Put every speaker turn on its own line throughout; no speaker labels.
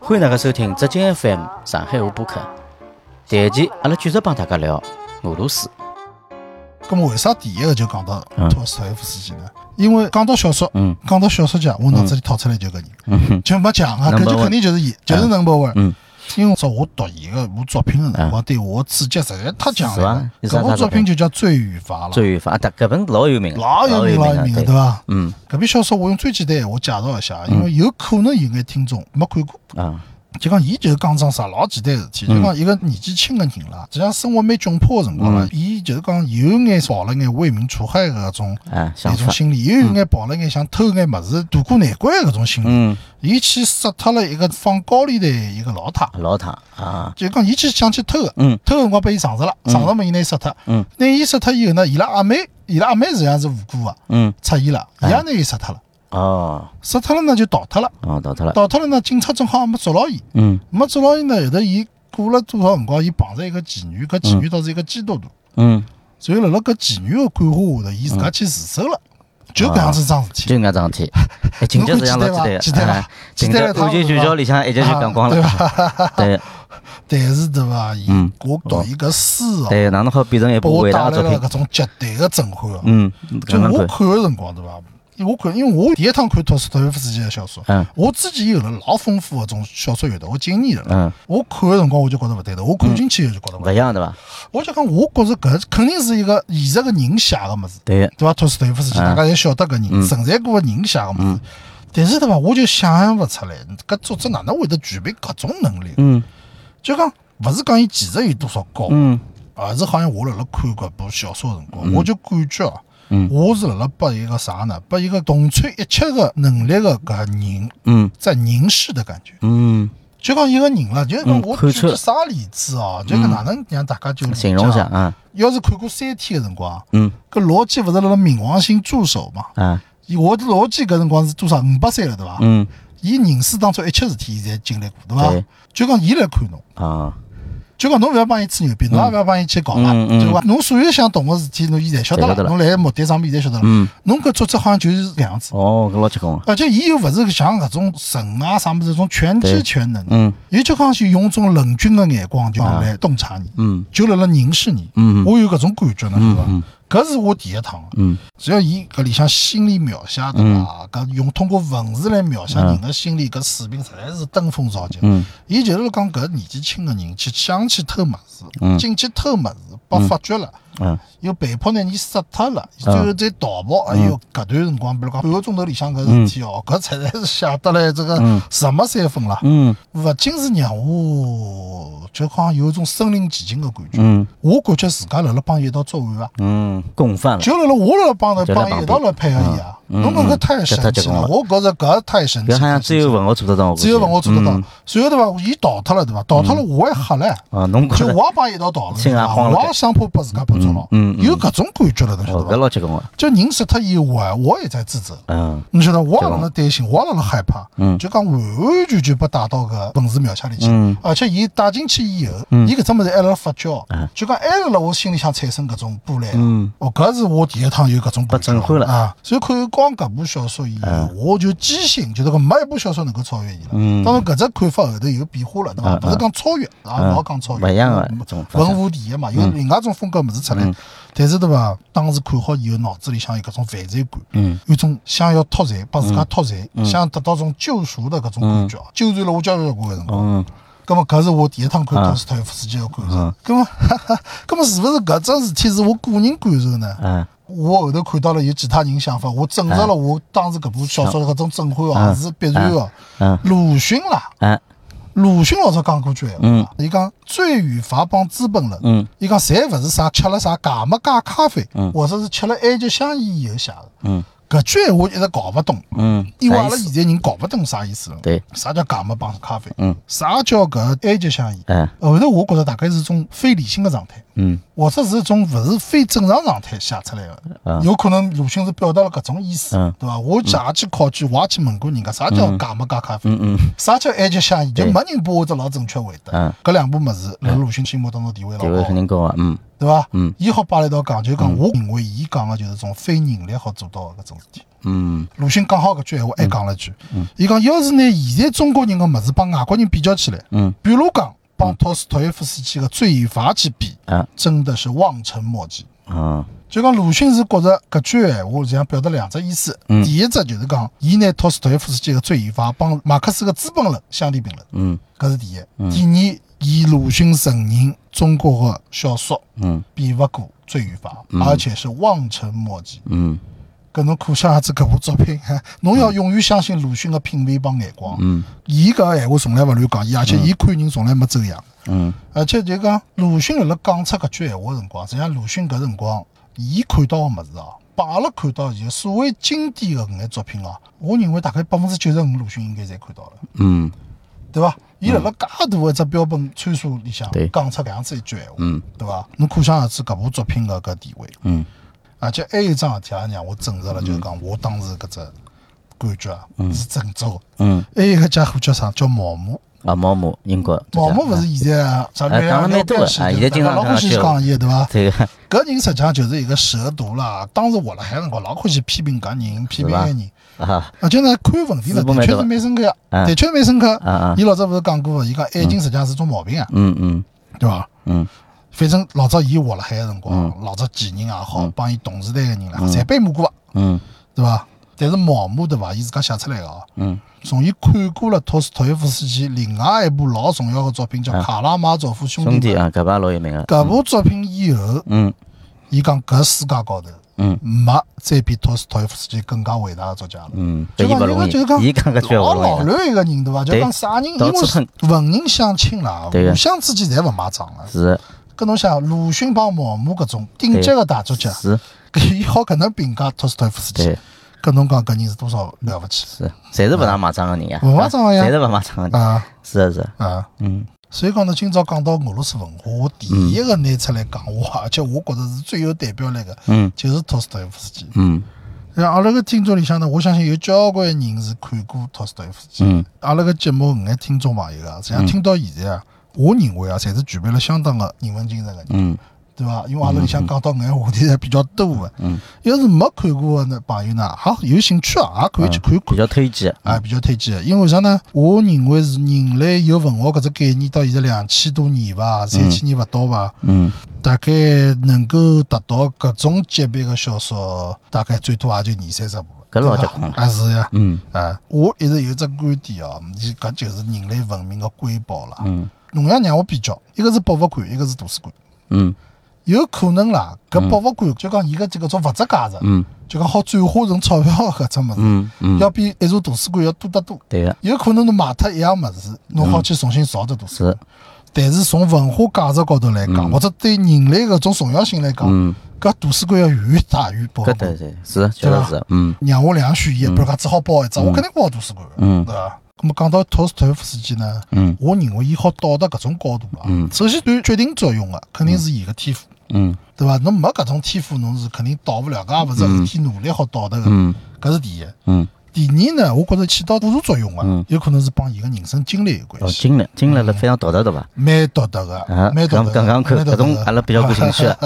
欢迎大家收听浙江 FM 上海话播客。这一期阿拉继续帮大家聊俄罗斯。
咁么为啥第一个就讲到
嗯
托斯托耶夫斯基呢？因为讲到小说，
嗯
讲到小说家，我脑子里掏出来就搿人，
嗯哼，
就没讲啊，
Number
搿就肯定就是伊，就是
嗯
number one。
嗯
因为在我读伊个部作品的辰光，对我刺激实在太强
是
烈
吧
了。
你啥啥
搿部
作
作
品
品就叫《罪与罚》了，
最有法，但搿本老有名了，
老有名老啊有名
的
的，对，伐？
嗯
搿篇小说我用最简单闲话介绍一下，因为有可能有眼听众没看过。
啊，
就讲伊就是讲桩啥老简单个事体，
嗯
就讲一个年纪轻个人啦，实际上生活蛮窘迫个辰光啦，伊就是讲有眼抱了眼为民除害个搿种
啊，想
搿
法
种，心理，又有眼抱了眼想偷眼物事渡过难关个搿种心理。
嗯，
伊去杀脱了一个放高利贷一个老太，
老太啊，
就讲伊去想去偷个
嗯，
偷个辰光被伊撞着了，撞着么伊拿伊杀脱
嗯，
拿伊杀脱以后呢，伊拉阿妹，伊拉阿妹实际上是无辜个，
嗯，
出现了，伊也拿伊杀脱了，
哦，
杀脱了呢就逃脱了，
哦，到头了，
逃脱了呢，警察正好也没捉牢伊。
嗯
没捉牢伊呢，后头伊过了多少辰光，伊碰着一个妓女，搿妓女倒是一个基督徒，
嗯，
然后辣辣搿妓女个管辖下头，伊自家去自首了，就
啊
搿样子桩事体。
就搿桩事 体，哎，情节实际上老
记
简单
得伐
的，
记得伐
啊
记
情
得
节
了他
我就学校里向一集就讲光了，
啊
对
但是对伐，伊
嗯
我读伊搿书哦，
对，哪能好变成一
拨
部
我
伟
带
大
来
的作
了
品？
搿种极大个震撼哦。
嗯，
就
搿能
我
看，
看个辰光对伐，因为我看，因为我第一趟看托斯托耶夫斯基个小说，
嗯
我自己有了老丰富个种小说阅读个经验了。
嗯，
我看个辰光我就觉着勿对头，我看进去以后就觉着勿
勿
对。
一样对伐？
我就讲，我觉着搿肯定是一个现实个人写个物事。
对，
对伐？托斯托耶夫斯基，
嗯
大家侪晓得搿人存在过个人写个物事，但是对伐？我就想象勿出来，搿作者哪能会得具备搿种能力？
嗯
就讲勿是讲伊技术有多少高，
嗯
而是好像我辣辣看搿部小说个辰光，我就感觉啊，
嗯
我是辣辣拨一个啥呢？拨一个洞穿一切个能力个搿人
嗯
在凝视的感觉。
嗯，
就讲一个人了，就讲
嗯
我
看
举
出
个啥例子哦？就讲哪能让大家就理解
形容一下？啊，
要是看过《三体》个辰光，啊
嗯
搿逻辑勿是辣辣冥王星驻守嘛？
啊
伊我老记搿辰光是多少五百岁了，对伐？
嗯
伊人世当中一切事体，伊侪经历过，对
对
伐？就讲伊来看侬，
啊，
就讲侬勿要帮伊吹牛逼，侬也勿要帮伊去搞嘛，
嗯嗯
对伐？侬所有想懂个事体，侬伊侪晓得
侪晓
了，
得了
侬来目的上面伊侪晓得了
嗯。
侬搿作者好像就是搿样子，
哦，搿老结棍啊，
而且伊又勿是像搿种神啊啥物事，种全知
对
全能，
嗯啊
伊就讲是用种冷峻个眼光就来洞察你，
嗯
就辣辣凝视你。
嗯
我有搿种感觉呢，对
嗯
伐？搿是我第一趟。啊
嗯
只要伊搿里向心理描写对伐？搿用通过文字来描写人的心理搿水平，实在是登峰造极。
嗯
伊就是讲搿年纪轻个人去想去偷物事，
嗯
进去偷物事，被发觉了，
嗯
又被迫呢，你杀脱了，最后再逃跑。哎呦，搿段辰光，比如讲半个钟头里向搿事体哦，搿实在是写得来这个什么三分了，
嗯
勿仅是让我就讲有一种身临其境的感觉。
嗯
我感觉自家辣辣帮伊一道作案啊。
嗯，共犯了，
就辣辣我辣帮着
就
帮
辣
伊
旁边
一道来配合伊
嗯
啊！侬讲搿
嗯
太
搿
神
太
奇
结棍了
了，我觉着搿太神奇
搿好
了。
像只有文豪做得到，
只有文
我
豪
估计嗯
做得到。随后对伐？伊逃脱了对伐？逃脱了，我还吓唻，
啊，侬觉
就
着
我也帮伊一道逃了，
心
对
也
伐
慌了
我也想怕把自家被捉牢，
嗯嗯嗯
有搿种感觉了，侬晓
哦，
得
搿
伐？
老结棍啊，
就人杀脱以后，我我也在自责。
嗯
你晓得，我也辣辣担心，我也辣辣害怕，
嗯
就讲完完全全被带到搿文字描写里去
嗯，
而且伊带进去以后，伊搿只物事还辣辣发酵，就讲还辣辣我心里向产生搿种波澜。
啊嗯
哦，搿是我第一趟有搿种感觉
被震撼了啊
啊！所以看光搿部小说以后，我就坚信，就是讲没一部小说能够超越伊了。
嗯
当然搿只看法后头有变化了，对伐？
嗯
勿是讲超越，也
啊
勿好讲超越，
勿一样的
嗯
这种发展
文无第一嘛，有另外一种风格物事出来
嗯。
但是对伐？当时看好以后，脑子里向有搿种犯罪感，
嗯
有种想要脱罪，帮自家脱罪，想得到种救赎的搿种感觉，纠缠了我交关过个辰光。
嗯
葛么搿是我第一趟
啊
看托斯托耶夫斯基个感受。葛么，葛么是勿是搿桩事体是我个人感受呢？
啊
我后头看到了有其他人想法，我证实
哎
了我当时搿部小说的搿种震撼哦
嗯
是必然个。
嗯
鲁迅啦，
啊
鲁迅老早讲过句闲
嗯
话，伊讲罪与罚帮资本论，
嗯
伊讲侪勿是啥吃了啥假么假咖啡
嗯，
或者是吃了埃及香烟以后写的。
嗯
搿句闲话一直搞勿懂，
嗯，
因为
啥
阿
意
拉
思？
现在人搞勿懂啥意思了。
对，
啥叫假么帮咖啡？
嗯
啥叫搿埃及香烟？
嗯
后头我觉着大概是种非理性的状态，
嗯
或者是种勿是非正常状态写出来的
嗯。
有可能鲁迅是表达了搿种意思
嗯，
对伐？我也去考据，我也去问过人家，啥叫假么假咖啡？
嗯
啥叫埃及香烟？就
对
没人拨我只老正确回答
嗯。
搿两部物事辣鲁迅心目当中地位
地位
老
肯
高。
定高啊，嗯
对伐？
嗯
伊好摆辣一道讲，就是讲我认为伊讲个就是种非人力好做到个搿种事体。
嗯
鲁迅讲好搿句闲话，还讲了一句，伊讲要是拿现在中国人个物事帮外国人比较起来，
嗯
比如讲帮托斯托耶夫斯基个《罪罚》去比，
啊
真的是望尘莫及。
啊
就讲鲁迅是觉着搿句闲话实际上表达两只意思，
嗯
第一只就是讲，伊拿托斯托耶夫斯基个《罪罚》帮马克思个《资本论》相提并论，
嗯
搿是第一。第二，伊鲁迅承认中国个小说
嗯
比勿过《罪罚》，而且是望尘莫及。
嗯
搿侬可想而知搿部作品， 侬要永远相信鲁迅个品味帮眼光。
嗯
伊搿个闲话从来勿乱讲，伊而且伊看人从来没走样。
嗯
而且就讲鲁迅辣辣讲出搿句闲话个辰光，实际上鲁迅搿辰光，伊看到个物事啊，帮阿拉看到现在所谓经典个搿眼作品啊，我认为大概百分之九十五鲁迅应该侪看到了，
嗯
对伐？伊辣辣介大个一只标本参数里向
对
讲出搿样子一句闲话，
嗯
对伐？侬可想而知搿部作品个搿地位。
嗯
而且还有一桩事体也让我证实了，就是讲我当时搿只感觉啊是郑州，
嗯
还有一个家伙叫啥叫毛姆，
啊，毛姆英国作家，
毛姆勿是现在啊啥
哎讲了蛮多的啊现在经常
老欢喜
讲到
讲伊对伐？
这个
搿人实际上就是一个蛇毒啦。当时活辣海辰光，老欢喜批评搿人，批评埃人。
啊
而且呢，看问题呢，
自不
的
买
确
对
是
吧
蛮深刻的，
啊
的确蛮深刻
啊。啊
伊老早勿是讲过伐？伊讲爱情实际上是种毛病啊，
嗯嗯
对伐？
嗯
反正老早伊活辣海个辰光，老早几人也好，帮伊同时代个人也好，侪被骂过伐？啊
嗯
对伐？但是毛姆对伐？伊自家写出来个啊。
嗯
从伊看过了托斯托耶夫斯基另外一部老重要个作品叫《卡拉马佐夫兄
啊
弟
兄
们》
弟啊，搿把老有名啊，
搿部作品以后，
嗯
伊讲搿世界高头
嗯
没再比托斯托耶夫斯基更加伟大个作家了。
嗯，
就
搿伊
讲
勿
人
容
家
易
就是讲，
伊讲搿句
老
话勿
老
容易啊，
卵一个人对伐？就
对
讲啥人，因
到
为
处碰
文人相亲啦，
对个啊
互相之间侪勿买账了。
是
搿侬想，鲁迅帮毛姆搿种顶级个大作家，
是，
搿 伊好搿能评价托斯托耶夫斯基
对，
搿侬讲搿人是多少了不起
是，侪是勿上马账个人呀，
啊勿买账个呀
侪是勿上账个人，
啊
是啊是啊，
啊！
嗯
所以讲呢，今朝讲到俄罗斯文化，我第一个拿出来讲，我而且我觉着是最有代表力的，
嗯
就是托斯托耶夫斯基。
嗯
然后阿拉个听众里向呢，我相信有交关人是看过托斯托耶夫斯基
嗯
的。阿拉个节目搿眼听众朋友啊，实际上听到现在啊，我认为啊，侪是具备了相当的人文精神的人，
嗯
对伐？因为阿拉里向讲到搿眼话题还比较多的。
嗯
要是没看过的呢朋友呢，也有兴趣啊，也可以去看看
比。较推荐，
啊，比较推荐的。因为啥呢？我认为是人类有文学搿只概念到现在两千多年伐，三千年勿到伐，
嗯
大概能够达到搿种级别的小说，大概最多也就二三十部。
搿老
对
结
伐
棍了
啊是呀，
嗯
啊，我一直有只观点哦，伊搿就是人类文明的瑰宝啦。
嗯
侬要让我比较，一个是博物馆，一个是图书馆。
嗯
有可能啦，搿博物馆就讲伊个这个种物质价值，
嗯
就讲好转化成钞票搿只物事，
嗯嗯，
要比一座图书馆要多得多。
对个
有可能侬卖脱一样物事，侬好去重新造只大事。
是，
但是从文化价值高头来讲，或者对人类搿种重要性来讲，
嗯
搿图书馆要远大于博物
搿对
馆。
对是，确实是，嗯
让我两选一，比如讲只好包一只，我肯定包图书馆，
嗯
对伐？咁么讲到托斯托耶夫斯基呢，
嗯
我认为伊好到达搿种高度啊。
嗯
首先对决定作用啊的肯定是伊个天赋，
嗯
对伐？侬没搿种天赋，侬是肯定到勿了，搿也勿是后天努力好到达个。
嗯
搿是第一。
嗯，
第二呢，我觉着起到辅助作用的
嗯，
有可能是帮伊个人生经历有关
哦，
系。
经历经历了非常独特对伐？
蛮独特个
啊，，
蛮嗯独
刚
特
刚刚看
搿
搿种阿拉比较感兴趣的，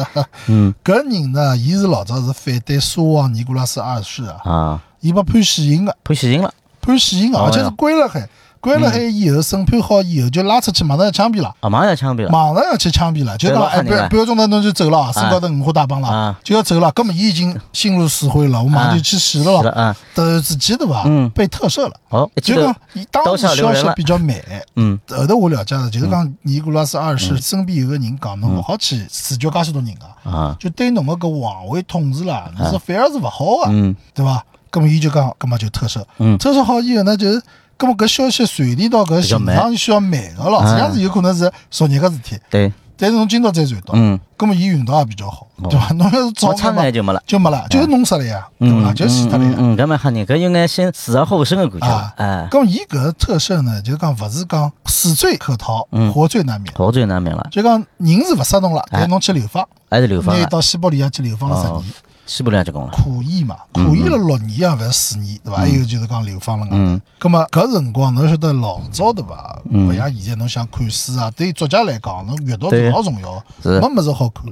嗯
搿人呢，伊是老早是反对苏王尼古拉斯二世啊，
啊，
伊被判死刑个，
判死刑了，
判死刑个，
哦
而且是
哟
关了海，关了海以后审判好以后就拉出去，马上要枪毙了。
啊，马上要枪毙了，
马上要去枪毙了，就讲
对老
哎，
吓人
半
了
半个钟头侬就走了，身高头五花大绑了
啊，
就要走了。根本伊已经心如死灰了，我马上就去死了
是
了。
啊，
突然之间对伐
嗯？
被特赦了，
好，一记
就
头
讲，伊当
刀
时
下留
消
人
息
了
比较慢，
嗯
后头我了解了，就是讲尼古拉斯二世身边有个人讲，
嗯
侬勿好去刺激介许多人啊，
啊，
就对侬个搿皇位统治啦，是反而是勿好个，
嗯
对伐？咁么伊就讲，咁么就特赦，
嗯
特赦好以后呢，就是，咁么搿消息传递到搿
比较
刑
慢
场需要慢个咯，
啊
实际上是有可能是昨日个事体，
对，
但是侬今朝再传到，
嗯，哦
咁么伊运道也比较好，对伐？ 侬要是早
我
眼
枪
嘛
眼就没了。
就没了，就是弄死了呀，对伐？
嗯，
就死脱了
嗯
呀。
嗯，搿蛮吓人，搿有眼先死而后生的感
啊
觉，，哎，
咁伊搿个特赦呢，就讲勿是讲死罪可逃，
嗯
活罪难免。
陶醉难免了，
就讲人是勿杀侬了，但侬去流放，
哎还是流放啊
拿伊
了，哦
到西伯利亚去流放了十年，
西伯利亚职工了，
苦役嘛，
嗯
苦役了六年啊，勿是四年，对伐？还有就是讲流放了外头。
嗯
咁么搿辰光侬晓得老早对伐？勿像现在侬想看书啊，对于作家来讲，侬阅读
对
是老重要
是
的，没物事好看。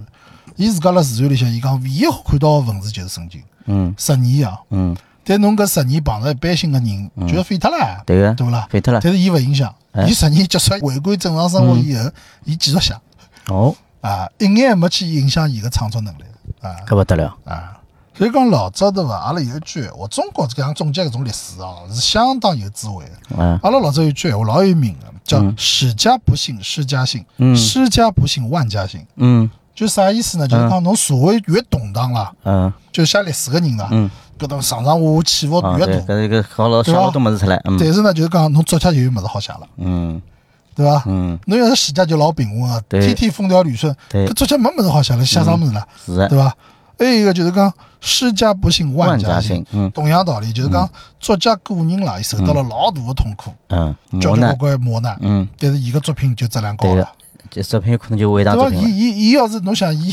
伊自家辣自传里向，伊讲唯一好看到个文字就是圣经，
嗯
十年啊。
嗯，
但侬搿十年碰着一般性个人，就是废脱了，
对个
对勿啦？
废脱了
但是伊勿影响
哎，嗯
伊十年结束回归正常生活以后，伊继续写
哦，
啊，一眼没去影响伊个创作能力啊。
搿勿得了，
啊。所以讲老早对伐？阿拉有一句闲话，中国这样总结搿种历史啊，是相当有智慧的。
嗯
阿拉老早有一句闲话老有名的，叫“史家不信，诗家信；
嗯
诗家不信，万家信”。
嗯
就啥意思呢？就是讲侬社会越动荡啦，
嗯，
就写历史个人啦
嗯，
搿种上上下下起伏
啊
越
对，
大。
搿是个好老想老多物事出来，嗯
但是呢，就是讲侬作家就有物事好写了，
嗯
对伐？
嗯，
侬要是史家就老平稳啊，
对
天天风调雨顺，
对嗯
搿作家没物事好写了，写啥物事呢？
是啊的，
对吧？还有一个就是讲，世家不幸万家
万家兴嗯
同样道理就是讲，作家个人啦，伊受到了老大的痛苦，
嗯，
交
磨
交关
难，
关磨难，
嗯，
但是伊个作品就质量高
对
了
个，，这作品有可能就为当
对
作
吧？
品
伊
了，
伊伊要是侬想，伊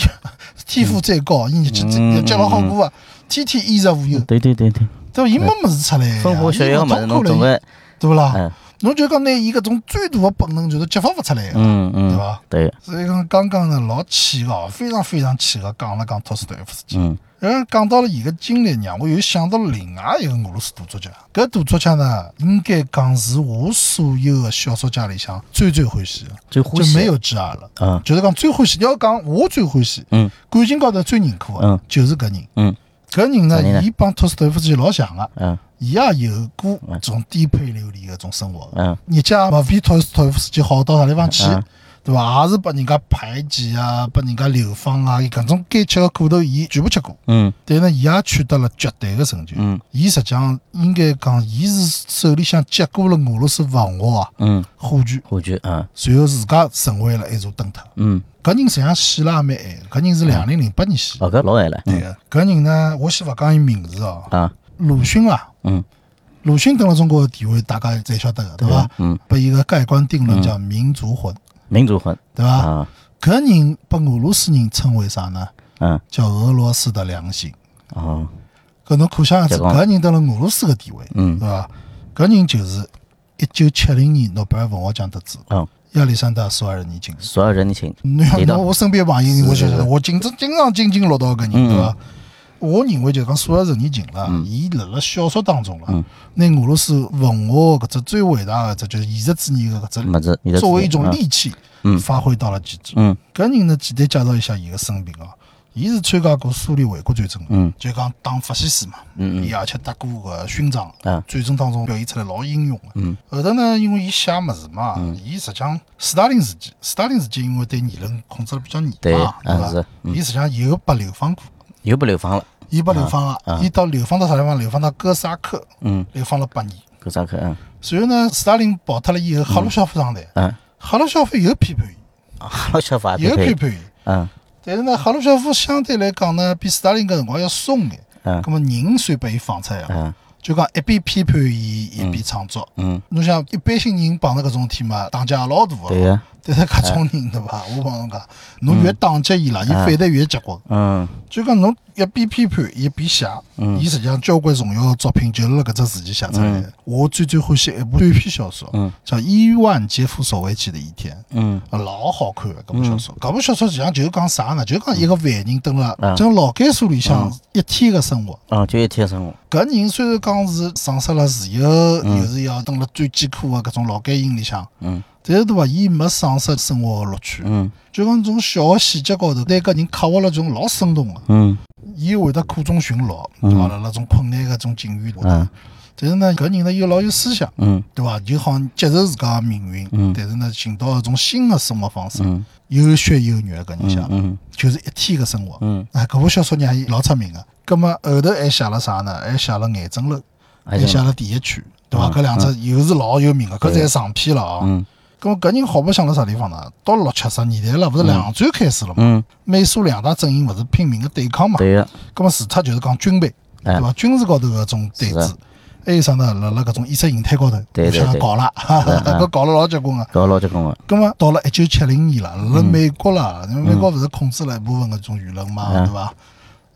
天赋再高，伊日脚
嗯
日脚老好过啊，天天衣食无忧，
对对对对，
对吧？伊没么子出来呀，
风花雪月
伊
个
老
物事
痛
侬
苦
总
了，啊
归，
对不啦？
嗯
侬就讲拿伊搿种最大的本能就是激发勿出来的，
嗯
对
嗯，
吧？
对个，
所以讲，刚刚呢老气个哦，非常非常气个，讲了讲托斯托耶夫斯基。
嗯
然后呃讲到了伊个经历，让我又想到了另外一个俄罗斯大作家。搿大作家呢，应该讲是我所有的小说家里向最最欢喜的，
最欢
就
喜
没有之二了。
嗯
就是讲最欢喜，要讲我最欢喜，
嗯
感情高头最认可
嗯
的，就是搿人。
嗯
搿人
啥人呢
呢，伊帮托斯托耶夫斯基老像个，
嗯
伊也有过这种颠沛流离的这种生活的。
嗯
日脚没比托斯托耶夫斯基好到啥地方去
嗯，
对伐？也是被人家排挤啊，被人家流放啊，搿种该吃的苦头，伊全部吃过。
嗯
但呢，伊也取得了绝对的成就。
嗯
伊实际上应该讲，伊是手里向接过了俄罗斯文学啊
嗯，
火炬，
话剧，嗯
随后自家成为了一座灯塔。
嗯，
搿人实际上死了也蛮晚的，搿人是两零零八年死的。
哦搿老晚了，
对个，搿人呢，我先勿讲伊名字哦，
啊
鲁迅啊，
嗯
鲁迅蹲辣中国的地位大家侪晓得个，对伐？
嗯，
被一个盖棺定论叫民族魂，
民族魂
对伐？
嗯啊
搿人被俄罗斯人称为啥呢？
嗯
叫俄罗斯的良心。
哦
搿侬可想而知，
结棍
搿人到了俄罗斯个地位，
嗯
对伐？搿人就是一九七零年诺贝尔文学奖得主
哦，
亚历山大·索尔尼金。
所有人情，
侬要
对的
侬我身边朋友，我就是是嗯我经常经常津津乐道搿人，对伐？我认为就是讲索尔尼金啦，伊辣辣小说当中啦，拿俄罗斯文学搿只最伟大的搿只就是现实主义的
物
搿
事现在
只作为一
嗯
种利器
嗯，
发挥到了极致。
嗯
搿人呢，简单介绍一下伊个生平哦。伊是参加过苏联卫国战争的，
嗯
就讲打法西斯嘛，
嗯
伊而且得过个勋章，
啊
战争当中表现出来老英勇的。
嗯
后头呢，因为伊写物事嘛，伊实际上斯大林时期，斯大林时期因为对言论控制得比较严嘛，
对
对
啊是
伐？伊实际上有被流放过，
又不流放了，
伊被流放
啊
了，伊到流放到啥地方？流放到哥萨克，
嗯，
流放了八年。
搿啥可嗯
随后呢，斯大林跑脱了以后，赫鲁晓夫上台，
嗯，
赫鲁晓夫又批判
啊老想法
伊，又
对
批
不对
判伊。
嗯
但是呢，赫鲁晓夫相对来讲呢，比斯大林搿辰光要松眼，
嗯
葛么人算被伊放出来了，
嗯
就讲一边批判伊，一边创作。
嗯，
侬想一般性人碰着搿种天嘛，打击也老大
对嗯
个。
个，
但是搿种人对伐？我帮侬讲，侬越打击伊啦，伊反弹越结棍。
嗯
就讲侬一边批判一边写，伊实际上交关重要的作品就是辣搿只时期写出
嗯
来的。我最最欢喜一部短篇小说，叫《伊万杰夫所维奇的一天》。
嗯
啊老好看个搿部小说，搿部小说实际上就是讲啥呢？就是讲一个犯人蹲辣
嗯
就劳改所里向一天个生活。
哦就一天生活，
搿人虽然讲是丧失了自由，又是要蹲辣最艰苦个搿种劳改营里向，
嗯
但是对伐？伊没丧失生活个乐趣。
嗯
就讲从小个细节高头，拿搿人刻画了种老生动个，
嗯
伊会得苦中寻乐，对伐？辣辣种困难个种境遇下
嗯
头，但是呢，搿人呢又老有思想，
嗯
对伐？就好像接受自家个命运
嗯，
但是呢，寻到一种新个生活方式。
嗯
有血有肉搿人写
嗯，嗯
就是一天个生活。
嗯，
啊，搿部小说让伊老出名个。葛末后头还写了啥呢？还写了《癌症楼》，
还
还
是
写了《第一曲》，对伐？搿两只又是老有名个，搿侪长篇了啊。
嗯
葛末搿人好白相辣啥地方呢？到六七十年代了，勿是两战开始了嘛？
嗯
美苏两大阵营勿是拼命个对抗嘛？
对个，
葛末除脱就是讲军备，
哎
对伐？军事高头搿种对
是
峙，还有啥呢？辣辣搿种意识形态高头，
对对
互相
对
搞了，哈哈
嗯
搿搞了老结棍啊个。
搞老结棍个，
咁么到了一
嗯
九七零年了，辣美国啦，因为美国勿是控制了一部分搿种舆论嘛，
嗯
对伐？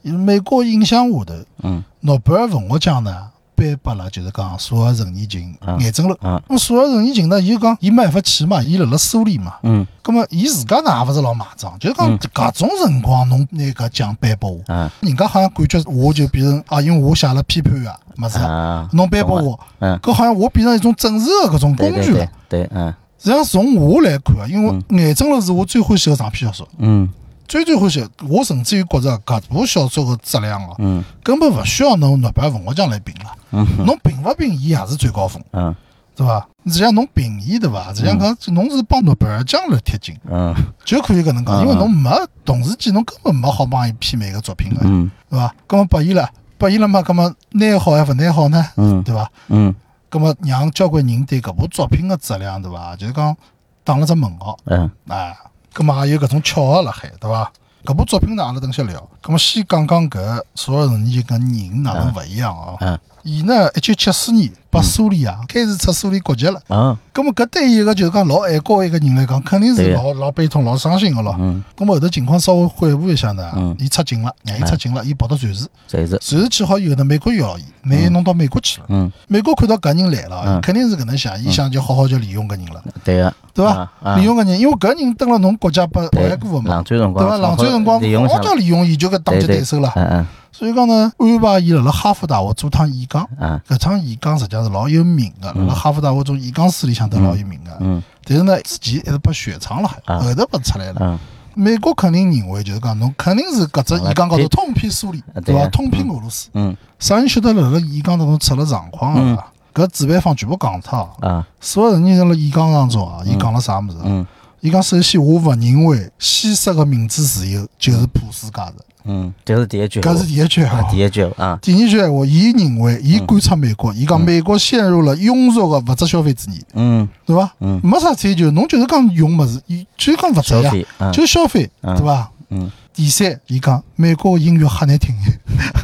美国影响下头，
嗯
诺贝尔文学奖呢颁拨了，就是讲索尔陈义琴癌症了。
啊
那么索尔陈义琴呢，伊讲伊没办法去嘛，伊辣辣苏联嘛。
嗯
咁么，伊自家呢也勿是老买账，就是讲搿种辰光侬拿搿奖颁拨我，
啊
人家好像感觉我就变成啊，因为我写了批判啊，物事啊，
啊，
侬颁拨我，
嗯，
搿好像我变成一种正式的搿种
对
工
对
具了
对。对，嗯
实际上从我来看啊，因为《癌症了》是我最欢喜的长篇小说，
嗯
最最欢喜的。我甚至于觉着搿部小说的质量啊，
嗯
根本勿需要侬诺贝尔文学奖来评了。
嗯
侬评勿评伊也是最高峰，
嗯
对伐？实际上侬评伊对伐？实际上讲侬是帮诺贝尔奖来贴金，
嗯
就可以搿能讲，
嗯
因为侬没同时间侬根本没好帮伊媲美个作品个，
嗯
对伐？搿么拨伊了，拨伊了嘛，搿么拿好还勿拿好呢？
嗯
对伐？
嗯，
搿么让交关人对搿部作品个质量对伐？就是讲打了只问号。
嗯
哎，咁么也有搿种巧合辣海，对伐？搿部作品呢，阿拉等歇聊。咁么先讲讲搿索尔仁尼搿人哪能勿一样啊？
嗯
伊呢，一九七四年把苏联啊开始出苏联国籍了。
啊
咁么搿对于一个就是讲老爱国的一个人来讲，肯定
对
是
呀
老老悲痛、老伤心个咯。
嗯，
咁么后头情况稍微缓和一下呢
嗯，
伊出境了，让伊出境了，伊跑到瑞士，
这是
瑞士去好以后呢，美国要伊，拿伊弄到美国去了。
嗯
美国看到搿人来了
嗯，
肯定是搿能想，伊想就好好就利用搿人了。
对个，
对
啊啊
伐？利用搿人，因为搿人蹲辣侬国家被
对
排过个，嘛，
冷战辰
对
光
伐？
正
冷
好
战辰光
利用
好
上
叫
了，
利用伊就搿打
对
击
对
对手了。
嗯
所以讲呢，安排伊辣辣哈佛大学做趟演讲，
嗯啊
搿趟演讲实际上是老有名个，辣辣哈佛大学种演讲史里向头老有名个。
嗯
但是呢，之前一直被雪藏了，
啊
后头拨出来了。
嗯
美国肯定认为就是讲侬肯定是搿只演讲高头通篇苏联，对
啊对
伐？
呀
通篇俄罗斯，
嗯
啥人晓得辣辣演讲当中出了状况个啦？搿主办方全部讲脱啊，
啊
所有人在辣演讲当中啊，伊讲了啥物事啊？
嗯
伊讲，首先我勿认为西式个民主自由就是普世价值，
嗯，这是第一句，
搿是第一句闲话
第。一嗯句啊，
第二句闲话，伊认为伊观察美国，伊讲美国陷入了庸俗个物质消费主义，
嗯
对伐？
嗯
没啥追求，侬就是讲用物事，伊就是讲物
消
质
费
呀，
嗯
就是消费，
嗯
对伐？
嗯
第三，伊讲美国个音乐瞎难听。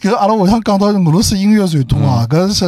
搿阿拉下趟讲到俄罗斯音乐传统
嗯
啊，搿是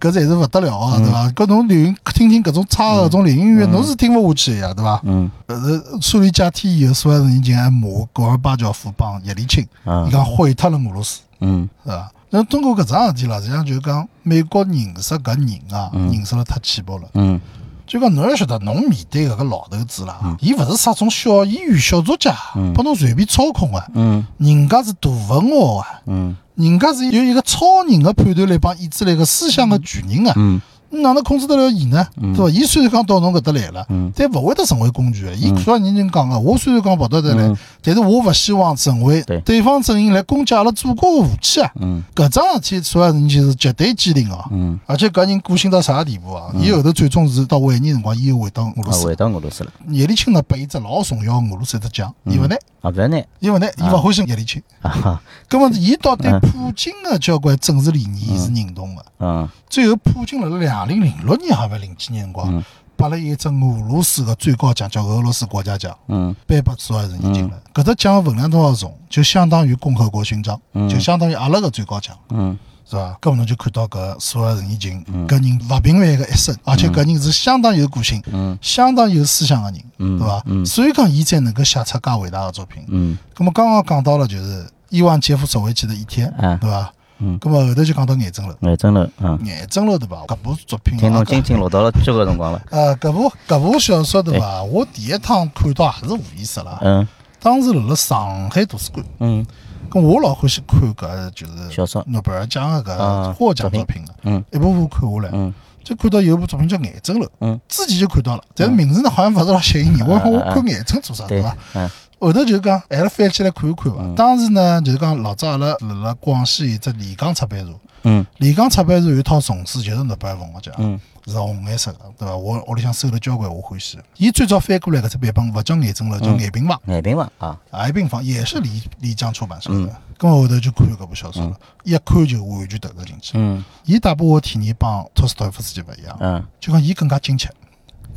搿才是勿得了啊，对伐？搿侬流行听听搿种差的搿种流行音乐，侬是听勿下去个呀，对伐？
嗯
呃，苏联解体以后，苏联人已经还骂戈尔巴乔夫帮叶利钦，
啊
伊讲毁脱了俄罗斯，
嗯
是伐？那通过搿桩事体啦，实际上就是讲美国认识搿人啊，认识了太浅薄了。
嗯
就讲侬要晓得，侬面对搿个老头子啦，伊勿是啥种小演员、小作家，拨侬随便操控啊，
嗯
人家是大文豪啊，
嗯
人家是有一个超人的判断力帮意志力个思想个巨人啊。
嗯
你哪能控制得了伊呢？对伐？伊虽然讲到侬搿搭来了，
嗯
但勿会得成为工具的。伊虽然认真讲个，啊我虽然讲跑到这来，但是我勿希望成为
嗯对
对方阵营来攻击阿拉祖国个武器啊！
嗯
搿桩事体，所有人就是绝对哦坚定个。
嗯，
而且搿人个性到啥地步啊？伊后头最终是到晚年辰光，伊又回到俄罗
啊，
斯。
回到俄罗斯了，
叶利钦呢，拨伊只老重要的俄罗斯一只奖，伊勿拿，
啊，不然呢，
伊勿拿，伊勿欢喜叶利钦。
啊哈，
葛末伊到对普京个交关政治理念伊是认同个。
嗯
最后，普京辣辣两零零六年，还勿零几年辰光
嗯，
拨了一只俄罗斯个最高奖，叫俄罗斯国家奖，
嗯
颁拨所有人已经了。搿只奖分量多少重，就相当于共和国勋章，就相当于阿拉个最高奖。
嗯
是伐？搿么侬就看到搿苏尔仁义琴搿人勿平凡个一生，而且搿人是相当有个性、
嗯
相当有思想个人，
嗯
对伐？
嗯
所以讲伊才能够写出介伟大个作品。
嗯
搿么刚刚讲到了就是伊万杰夫走回去的一天，
啊
对伐？
嗯
搿么后头就讲到癌症了，
癌症了，嗯，
癌症了对伐？搿部作品
听
啊
侬津津乐道了交关辰光了，
呃，搿部搿部小说对
哎
伐？我第一趟看到也是无意识啦，
嗯
当时辣辣上海图书馆，
嗯
搿我老欢喜看搿就是
小说
诺贝尔奖个搿
啊
获
作
奖
品
作品个，
嗯
一部部看下来，
嗯
就看到有一部作品叫《癌症楼》，
嗯，啊
之前就看到了，但是名字呢好像勿是老吸引人。我讲我看癌症做啥
对
对伐？，
嗯
后头就讲还是翻起来看一看伐。当时呢就是讲老早阿拉辣辣广西一只漓江出版社，
嗯
漓江出版社有一套丛书就是诺贝尔文学奖，
嗯
是红颜色个，对伐？我屋里向收了交关，我欢喜。伊最早翻过来搿只版本勿叫癌症楼，
嗯
叫癌病房。
癌病吧啊，
癌病房也是漓
嗯
漓江出版社的，咁我后头就看搿部小说了，一看就完全投入进去。
嗯
伊带拨我体验帮托斯托耶夫斯基勿一样，
嗯，
就讲伊更加精确。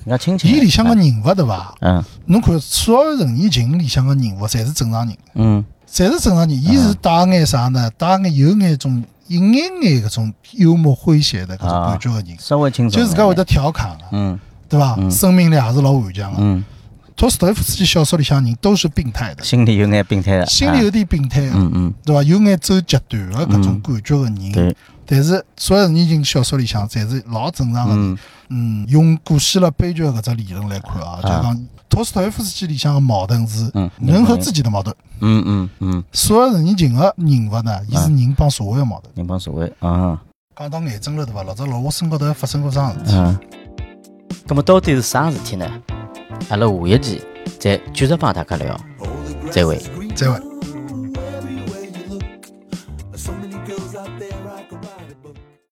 人家亲戚，
伊里向个人物对伐？
嗯
侬看所有任意情里向个人物，侪是正常人，
嗯
侪是正常人。伊是带眼啥呢？带眼有眼种一眼眼搿种幽默诙谐的搿种感觉个人，
稍微轻松，
就自家会得调侃个，
啊嗯
对伐？生命力也是老顽强个。
嗯
托斯托耶夫斯基小说里向人都是病态的，
心里有眼病态的，
心里
啊
有点病态的，
嗯嗯，
对伐？有眼走极端的搿种感觉的人，
对，
但是所有人情小说里向侪是老正常的人。
嗯
嗯，用古希腊悲剧搿只理论来看啊，就讲托斯托耶夫斯基里向的矛盾是
嗯
人和自己的矛盾，
嗯嗯嗯，
所有人情的人物呢，伊是人帮社会的矛盾。
人帮社会啊，
讲到癌症了，对伐？老早老我身高头还发生过桩事体，
嗯，那么到底是啥事体呢？阿拉下一期再继续帮大家聊，再会。
再会。